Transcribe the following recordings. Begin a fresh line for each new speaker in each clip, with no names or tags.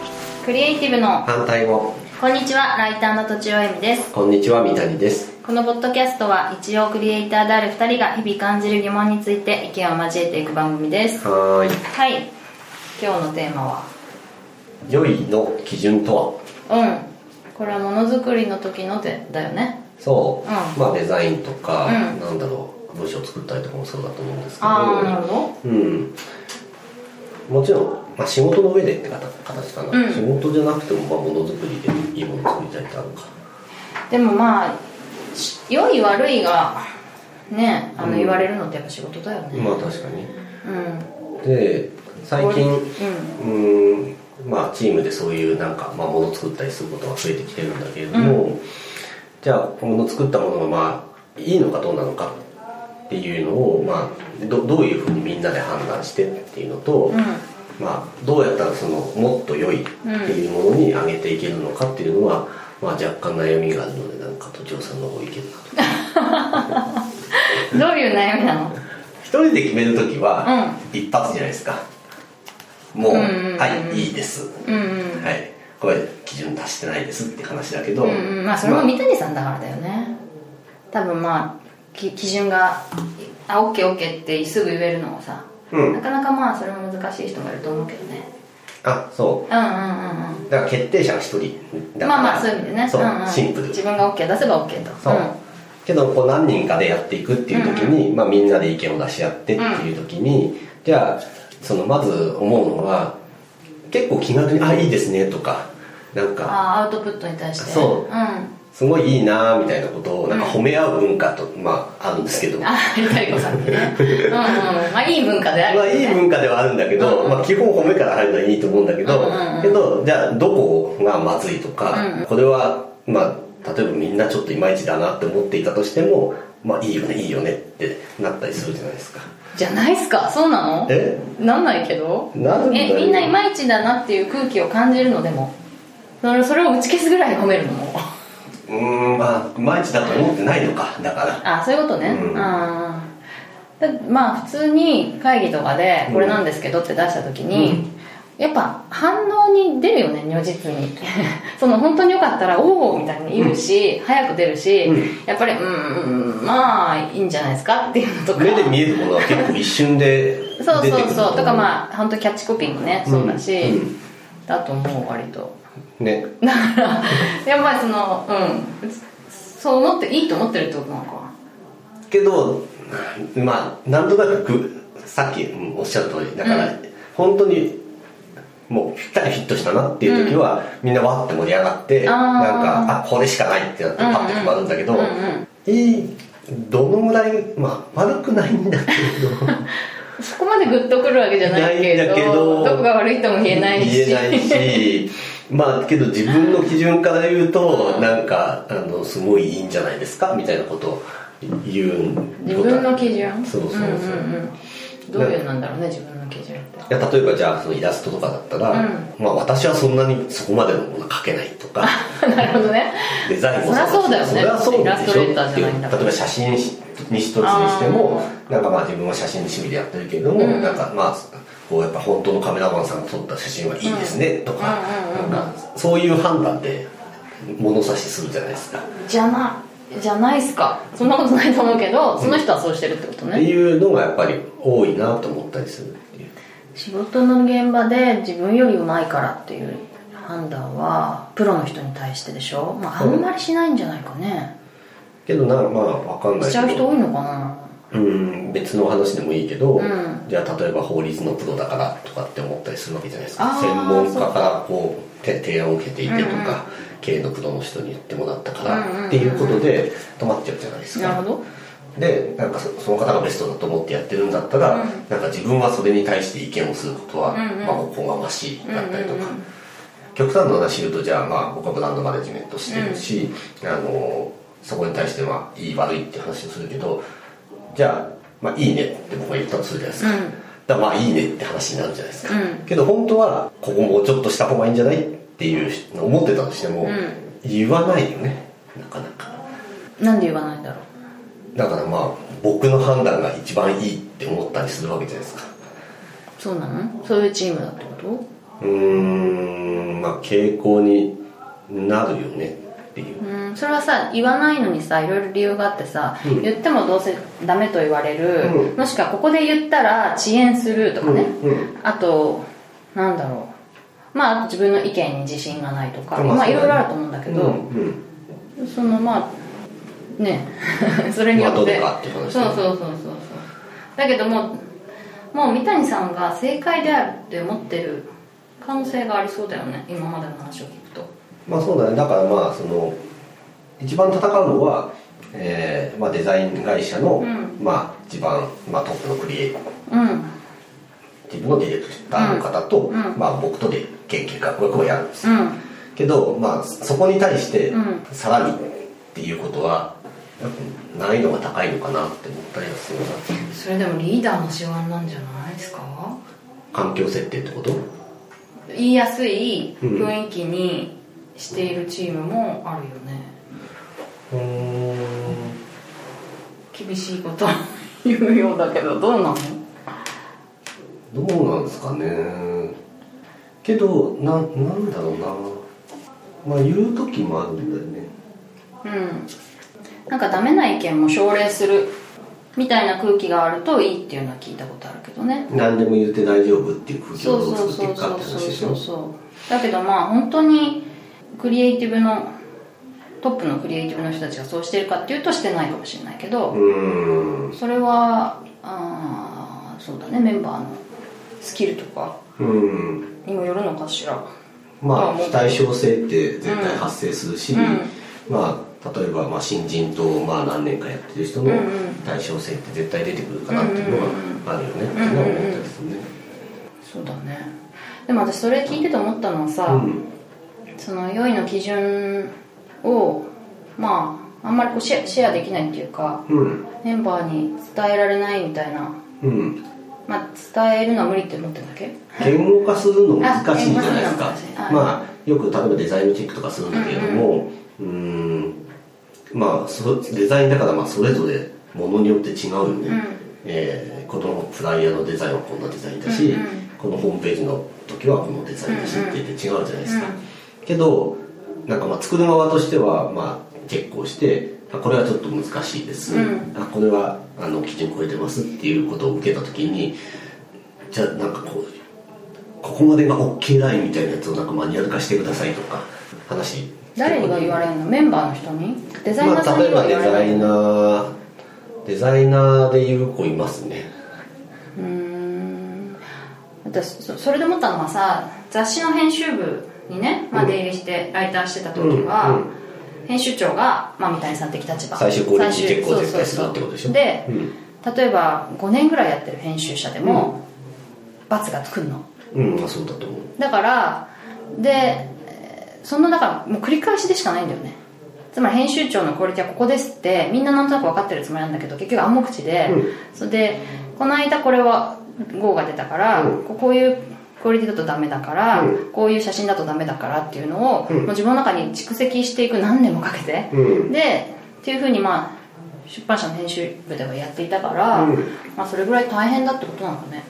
ティブの
反対語
こんにちはライターのとちおえみです
こんにちは三谷です
このポッドキャストは一応クリエイターである2人が日々感じる疑問について意見を交えていく番組です
はー
はい今日のテーマはい
良いの基準とは
うんこれはものづくりの時のでだよね
そう、
うん
まあデザインとか、
うん
なんだろう文章作ったりとかもそうだと思うんですけど
ああなるほ
うんもちろん、まあ、仕事の上でって形かな、
うん
仕事じゃなくてもまあものづくりでいいもの作りたいってあるのか
どでもまあし良い悪いがねあ
う
の
ん
言われるのってやっぱ仕事だよね
まあ確かに
うん
で最近
うん
うーんまあチームでそういうなんか、まあ、もの作ったりすることが増えてきてるんだけれども、じゃあもの作ったものがまあいいのかどうなのかっていうのを、まあ、どどういうふうにみんなで判断してっていうのと、
うん
まあ、どうやったらそのもっと良いっていうものに上げていけるのかっていうのは、まあ、若干悩みがあるのでなんか都庁さんの方いけるなと
どういう悩みな の
一人で決める時は一発じゃないですか、もう、
うんうんうん
はいいいです
うんうん
はい、これ基準達してないですって話だけど、
うんうんまあそれも三谷さんだからだよね多分まあき基準が「あオッケーオッケー」ってすぐ言えるのもさ、
うん
なかなかまあそれも難しい人もいると思うけどね
あそ
うんうんうんうん
うだから決定者は一人だから
まあまあそういう意味でね
そう、
んうん、
シンプル
自分がオッケー出せばオッケーと
そう、けどこう何人かでやっていくっていう時に、まあ、みんなで意見を出し合ってっていう時に、じゃあそのまず思うのは結構気軽に「あいいですね」とかなん
ん、
か
ああアウトプットに対して
そう
うん
「すごいいいな」みたいなことをなんか褒め合う文化と、まああるんですけど
あ有田理子さんってねうんうんまあいい文化である
ま
よ
あ、
ね、
いい文化ではあるんだけど、
うんうん
まあ、基本褒めから入るのはいいと思うんだけど、
うんうんうん
けどじゃあどこがまずいとか、
うんうん
これは、まあ、例えばみんなちょっといまいちだなって思っていたとしても、まあ、いいよねいいよねってなったりするじゃないですか
じゃないっすかそうなの
え
なんないけど
なんだよ
えみんないまいちだなっていう空気を感じるのでもそれそれを打ち消すぐらい褒めるのも
うーんまあいまいちだと思ってないのかだから
あそういうことね
うん
あーだまあ普通に会議とかで
う
「
ん
これなんですけど」って出した時に、やっぱ反応に出るよね如実に その本当によかったら「おお」みたいに言うし、早く出るし、
うん
やっぱり「うんうんうんまあいいんじゃないですか」っていうのとか
目で見えるものは結構一瞬で出てくる
そうそうそうとか
あ
まあ本当キャッチコピーもねそうだし、
うんう
だと思う割と
ね
だからやっぱりそのうんそう思っていいと思ってるってことなのかな
けどまあなんとなくぐさっきうんおっしゃる通りだから、
う
本当にもうぴったりヒットしたなっていう時は、みんなわって盛り上がって
あー
なんかあこれしかないってなってパッて決まるんだけど、
うんうん
いいどのぐらいまあ悪くないんだけど
そこまでグッとくるわけじゃないけ
ないん
ど
だけど
どこが悪いとも 言えないし
言えないしまあけど自分の基準から言うと、なんかあのすごいいいんじゃないですかみたいなことを言う
自
こと
分の基準
そうそうそう、
んんうんどういうなんだろうね自分の基準って
いや例えばじゃあそのイラストとかだったら、
う
まあ、私はそんなにそこまでのものは描けないとか
なるほどね
デザインも
そりゃそうだよね
そりゃそう
イラス
で
ト
しょ
レーター
っ
じ
てい
ゃ
う
ないんだ
例
から
えば写真に一つにしても
あ
なんかまあ自分は写真趣味でやってるけれども、
うん
なんかまあこうやっぱ本当のカメラマンさんが撮った写真はいいですねとか,、
うんうんうんうん
なんかそういう判断で物差しするじゃないですか、
じゃなじゃないっすかそんなことないと思うけどその人はそうしてるってことね、
っていうのがやっぱり多いなと思ったりするっていう。
仕事の現場で自分より上手いからっていう判断はプロの人に対してでしょ、まあ、あんまりしないんじゃないかね
けどなまあわかんない
し
け
ちゃ
ど
う人多いのかな
うん別の話でもいいけど、
ん
じゃあ例えば法律のプロだからとかって思ったりするわけじゃないですか
あー
専門家からこうて提案を受けていてとか、経営のプロの人に言ってもらったか
うんうんうん
らっていうことで止まっちゃうじゃないですか、
なるほど
でなんかそその方がベストだと思ってやってるんだったら、なんか自分はそれに対して意見をすることは、
んうん
まあ、おこがましいだったりとか、
うんうんうん
極端な話言うとじゃあまあ僕はブランドマネジメントしてるし、あのそこに対してはいい悪いって話をするけどじゃあ,、まあいいねって僕が言ったとするじゃないですか、
うん
だからまあいいねって話になるじゃないですか、
うん
けど本当はここもうちょっとした方がいいんじゃないっていうのを思ってたとしても、
ん
言わないよねなかなか。
なんで言わないんだろう
だからまあ僕の判断が一番いいって思ったりするわけじゃないですか
そうなのそういうチームだってこと
うーんまあ傾向になるよねっていう
うん、それはさ言わないのにさいろいろ理由があってさ、
うん
言ってもどうせダメと言われる、
う
もしくはここで言ったら遅延するとかね、
うんうん
あとなんだろうまああと自分の意見に自信がないとか、
まあ
まあ
そうだね
いろいろあると思うんだけ
う
ど、
んうん
そのまあね それによ
ま
っ
あど
て、
うかっていう話
そうそうそうそうそうだけどもうもう三谷さんが正解であるって思ってる可能性がありそうだよね今までの話を聞くと
まあそうだねだからまあその一番戦うのは、えーまあ、デザイン会社の、
うん
まあ、一番、まあ、トップのクリエイ
うん
ティブのディレクターの方と、
うんうん
まあ、僕とで研究学をやるんです
うん
けど、まあ、そこに対して
うん
さらにっていうことはやっぱ難易度が高いのかなって思ったりはするな
それでもリーダーの手腕なんじゃないですか
環境設定ってこと
言いやすい雰囲気にしているチームもあるよね、
うん
厳しいことを言うようだけどどうなの
どうなんですかねけどななんだろうなまあ言う時もあるんだよね
うんなんかダメな意見も奨励するみたいな空気があるといいっていうのは聞いたことあるけどね
何でも言って大丈夫っていう空気
そ
を
う
どう
そう
作っ
そ
ていうくか
そ
っ
う
て話
そう
でし
そう
ょ
そうだけどまあ本当にクリエイティブのトップのクリエイティブの人たちがそうしてるかっていうとしてないかもしれないけど、
うん
それはあーそうだねメンバーのスキルとか
うん
にもよるのかしら
まあ
まあ
非対称性って絶対発生するし、
うんうん
まあ例えばまあ新人とまあ何年かやってる人の
うんうん
対称性って絶対出てくるかなっていうのがあるよねっていうのは思ったりするね
そうだねでも私それ聞いてて思ったのはさ、その良いの基準をまああんまりこうシェシェアできないっていうか
うんうん
メンバーに伝えられないみたいな
うん
まあ伝えるのは無理って思ってるだけ
言語化するの難しいじゃないで
あ言語
す
化するの難
か
しいはい
まあよく例えばデザインのチェックとかするんだけれどもうんまあそデザインだからまあそれぞれものによって違うよね、
うん
えーこのフライヤーのデザインはこんなデザインだし、
うんうん
このホームページの時はこのデザインだしって言って違うじゃないですか、
うん
けどなんかまあ作る側としてはまあチェックをしてあこれはちょっと難しいです、
うん
あこれはあの基準超えてますっていうことを受けた時にじゃあなんかこうここまでが OK ラインみたいなやつをなんかマニュアル化してくださいとか話
誰にが言われるのメンバーの人にデザイナ
ま
ーさ
あ、
ん
例
に
え
は
ば
言
デ
われな
ザ
い
イナーデザイナーでいう子いますね
うーん私そそれで思ったのはさ雑誌の編集部にね、まあ、
うん
出入りしてライターしてた時は、
うんうん
編集長が、まあ、三谷さん的立場
最終効率チェックを
最終
絶対するってことでしょ
そうそうそうで、
うん
例えば5年ぐらいやってる編集者でも、罰がつくの
うん、まあ、そうだと思う
だからでえーそのだからもう繰り返しでしかないんだよねつまり編集長のクオリティはここですってみんななんとなく分かってるつもりなんだけど結局暗黙知で、
うん
それでこの間これは号が出たから、
うん
ここういうクオリティだとダメだから、
うん
こういう写真だとダメだからっていうのを、
うん
もう自分の中に蓄積していく何年もかけて、
うん
でっていうふうにまあ出版社の編集部ではやっていたから、
うん
まあ、それぐらい大変だってことなのかね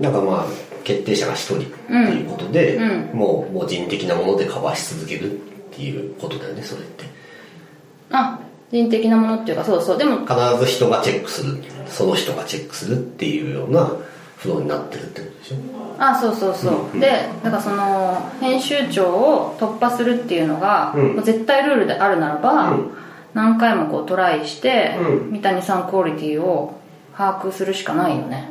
なんかまあ決定者が一人っていうことで、
うん
もうもう人的なものでカバーし続けるっていうことだよねそれって
あ人的なものっていうかそうそうでも
必ず人がチェックするその人がチェックするっていうようなフローになってるってことでしょ
あそうそうそう、でだからその編集長を突破するっていうのが、
うん
もう絶対ルールであるならば、
うん
何回もこうトライして、
う
三谷さんクオリティを把握するしかないよね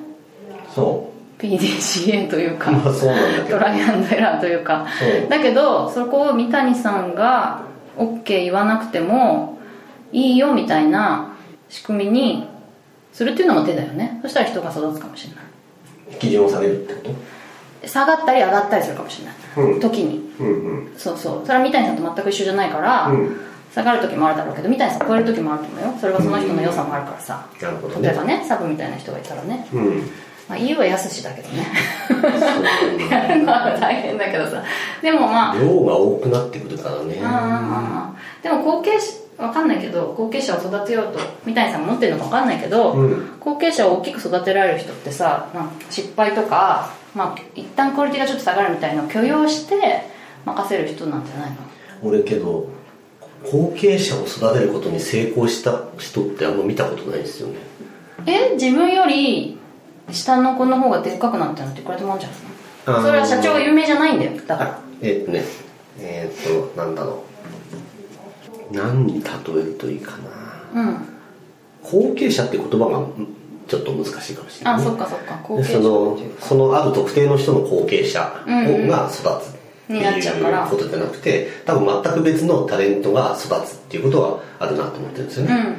そ
PDCA という
う
か、
まあそうなんだけ
ト
ど
ライアンドエラーというか
そう
だけどそこを三谷さんが OK 言わなくてもいいよみたいな仕組みにするっていうのも手だよねそしたら人が育つかもしれない
基準をされるってこ
下がったり上がったりするかもしれない、
うん
時に
とうんうん
そうそうそれは三谷さんと全く一緒じゃないから、
うん
下がる時もあるだろうけど三谷さん超える時もあると思うよそれはその人の良さもあるからさ、
なるほど
例え
ね
ばねサブみたいな人がいたらね、
うん
まあ、EU は安しだけどね
そう
やるのは大変だけどさでもまあ
量が多くなってくるからね
あーでも後継し分かんないけど後継者を育てようと三谷さんが持ってるのか分かんないけど、
うん
後継者を大きく育てられる人ってさ、まあ、失敗とか、まあ、一旦クオリティがちょっと下がるみたいなのを許容して任せる人なんじゃないの
俺けど後継者を育てることに成功した人ってあんま見たことないですよね
え自分より下の子の方がでっかくなったのってこれでもあるんじゃ
あ
ん
ー
それは社長が有名じゃないんだよだから
あえっとねえっとなんだろう何に例えるといいかな
うん
後継者って言葉がんちょっと難しいかもしれない、
あ
ね、
そっかそっか後
で
継者
そのそのある特定の人の後継者を
うんうん
が育つって
になっちゃうか
い
ら
うことじゃなくて多分全く別のタレントが育つっていうことはあるなと思ってるんですよ
う
ね、
ん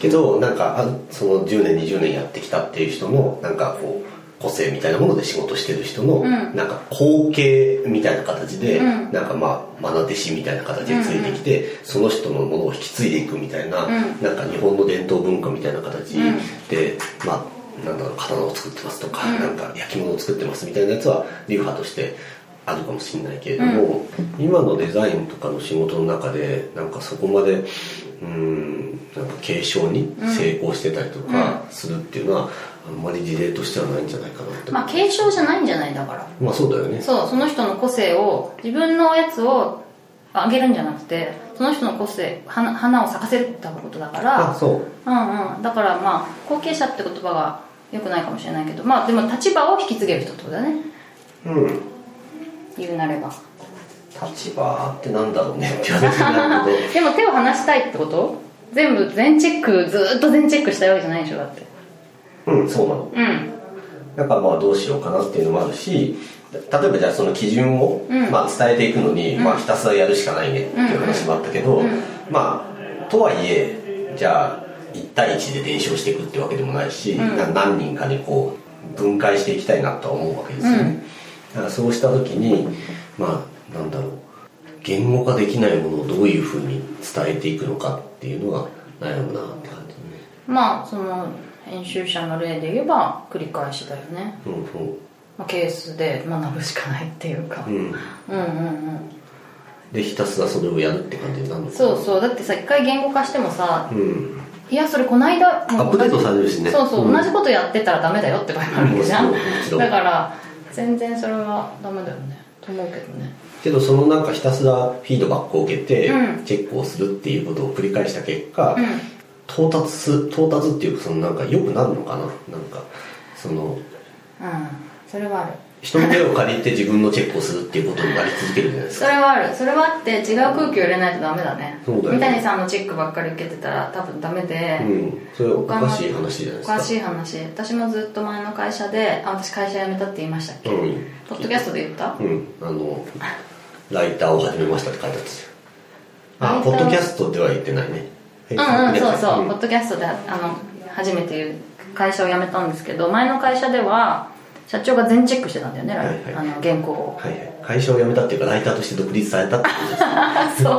けどなんかあその10年20年やってきたっていう人のなんかこう個性みたいなもので仕事してる人の、
ん
なんか後継みたいな形で、
うん
なんかまあ愛弟子みたいな形でついてきて、その人のものを引き継いでいくみたいな、
うん
なんか日本の伝統文化みたいな形
うん
で、まあなんだろう刀を作ってますとか、
うん
なんか焼き物を作ってますみたいなやつは流派としてあるかもしれないけれども、今のデザインとかの仕事の中でなんかそこまでうーんなんか継承に成功してたりとかするっていうのは、あんまり事例としてはないんじゃないかなと、
まあ継承じゃないんじゃないだから
まあそうだよね
そうその人の個性を自分のやつをあげるんじゃなくてその人の個性花花を咲かせるってことだから
あそう
うんうんだからまあ後継者って言葉がよくないかもしれないけどまあでも立場を引き継げる人ってことだね
うん
言うなれば
立場ってなんだろうねって言われてないけ ど
でも手を離したいってこと全部全チェックずーっと全チェックしたいわけじゃないでしょだって
うんそうなの
うん
だからまあどうしようかなっていうのもあるし例えばじゃあその基準を、
うん
まあ、伝えていくのに、まあ、ひたすらやるしかないねっていう話もあったけど、まあとはいえじゃあ1対1で伝承していくってわけでもないし、
ん
な何人かにこう分解していきたいなとは思うわけですよね、
うん
だからそうした時にまあなんだろう言語化できないものをどういうふうに伝えていくのかっていうのが悩むなって感じね
まあその編集者の例で言えば繰り返しだよね、
うん
まあ、ケースで学ぶしかないっていうか、
うんう
う
ん
んうんうん
でひたすらそれをやるって感じになるのかな
そうそうだってさ一回言語化してもさ
うん、
いやそれこの間
アップデートされるしね
そうそう、
ん
同じことやってたらダメだよって場合もあるわけじゃん
もちろんもちろん
だから全然それはダメだよねと思うけどね
けどそのなんかひたすらフィードバックを受けて
うん
チェックをするっていうことを繰り返した結果、
うん
到達す到達っていうかそのなんか良くなるのかななんかその
うんそれはある
人の手を借りて自分のチェックをするっていうことになり続けるじゃないです
そ
か
れはあるそれはあって違う空気を入れないとダメだね
そうだよね
三谷さんのチェックばっかり受けてたら多分ダメで、
うんそれおかしい話じゃない
お
ですか
かしい話私もずっと前の会社であ私会社辞めたって言いましたっけ、
うん
ポッドキャストで言った
うんあのライターを始めましたって書いてあったんですよあ
ライタ
ポ
ー
ッドキャストでは言ってないね
うんうんそうそう、
ん
ポッドキャストであの初めて言う会社を辞めたんですけど前の会社では社長が全チェックしてたんだよね、
はいはい
あの原稿を
はいはい、会社を辞めたっていうかライターとして独立されたってことです
あそう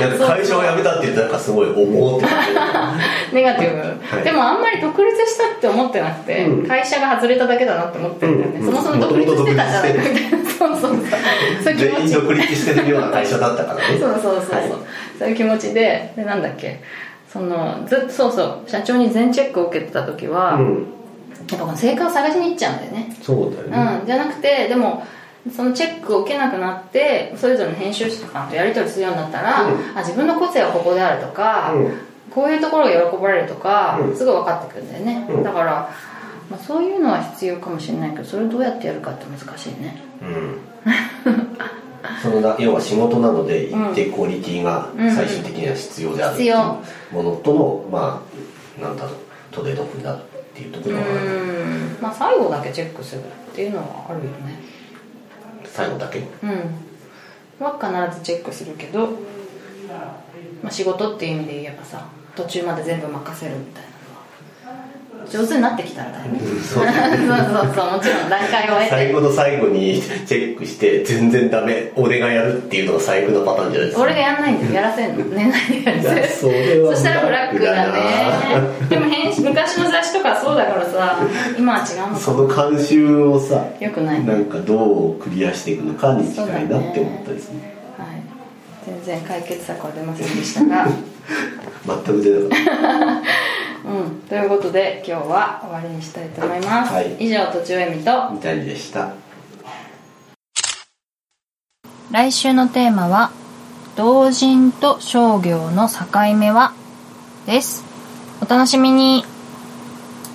なんか会社を辞めたって言ってなんかすごい思うって感
ネガティブ、
はい
でもあんまり独立したって思ってなくて、
うん
会社が外れただけだなって思ってるんだよね、
うん
そもそも独立してたじゃないみたいなそうそうそうそう
じ
いう気
全
持
員
ち
独立してるような会社だったからね
そうそうそうそう、
はい
そういう気持ちででなんだっけそのずっとそうそう社長に全チェックを受けてた時は、やっ
ん
ぱこの成果を探しに行っちゃうんだよね
そうだよね、
うん、じゃなくてでもそのチェックを受けなくなってそれぞれの編集者さんとやり取りするようになったら、
うん
あ自分の個性はここであるとか、
うん
こういうところが喜ばれるとか、
うん
すぐ分かってくるんだよね、
うん
だから、まあ、そういうのは必要かもしれないけどそれをどうやってやるかって難しいね
うん、そのな要は仕事なので一定クオリティが最終的には必要であるっていうものとのまあなんだろうトレードオフになるっていうとこ
う
ろが
んまあ最後だけチェックするっていうのはあるよね
最後だけ
うんは必ずチェックするけど、まあ、仕事っていう意味で言えばさ途中まで全部任せるみたいなのは上手になってきたらだよね
そ
そう
う
そうそうもちろん段階を得
最
て
後の最後に チェックして全然ダメ俺がやるっていうのが最悪のパターンじゃないですか
俺がやんないんだよやらせんのね何でや
い
ら
や
せ
それは
そしたらブラックだ
ブラック
ねでも編集昔の雑誌とかはそうだからさ今は違うの
そ
か
の慣習をさ
よくない
なんかどうクリアしていくのかに近いなって思ったですね
はい全然解決策は出ませんでしたがう
全く出なかっ
んということで今日は終わりにしたいと思います、
はい
以上とちおえみと
たみたいでした
来週のテーマは「同人と商業の境目は?」ですお楽しみに